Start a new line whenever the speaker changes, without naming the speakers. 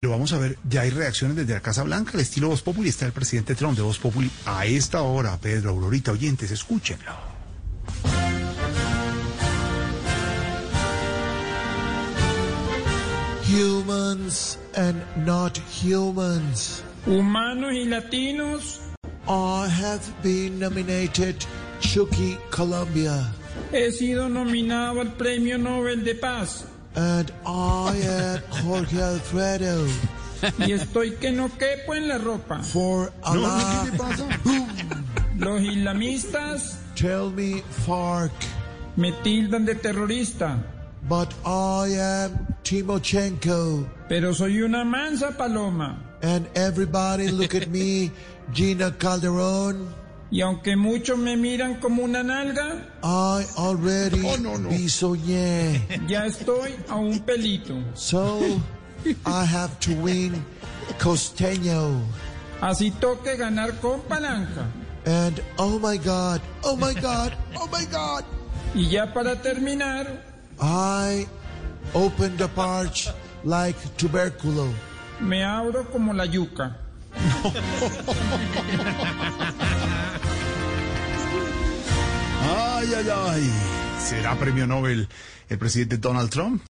Pero vamos a ver, ya hay reacciones desde la Casa Blanca, el estilo Voz Populi, está el presidente Trump de Voz Populi. A esta hora, Pedro, Aurorita, oyentes, escúchenlo.
humans and not humans
Humanos y latinos,
I have been nominated Chucky Columbia
he sido nominado al Premio Nobel de Paz
and I am Jorge Alfredo
y estoy que no quepo en la ropa.
for Allah
Los islamistas
tell me Fark
me tildan de terrorista,
but I am Timochenko
pero soy una mansa paloma
and everybody look at me Gina Calderon
y aunque muchos me miran como una nalga,
I already bisoñé
ya estoy a un pelito.
so I have to win Costeño
Así toque ganar con palanca.
And oh my god, oh my god, oh my god.
Y ya para terminar,
I opened the parch like tuberculo.
me abro como la yuca.
Ay, ay, ay. ¿Será premio Nobel el presidente Donald Trump?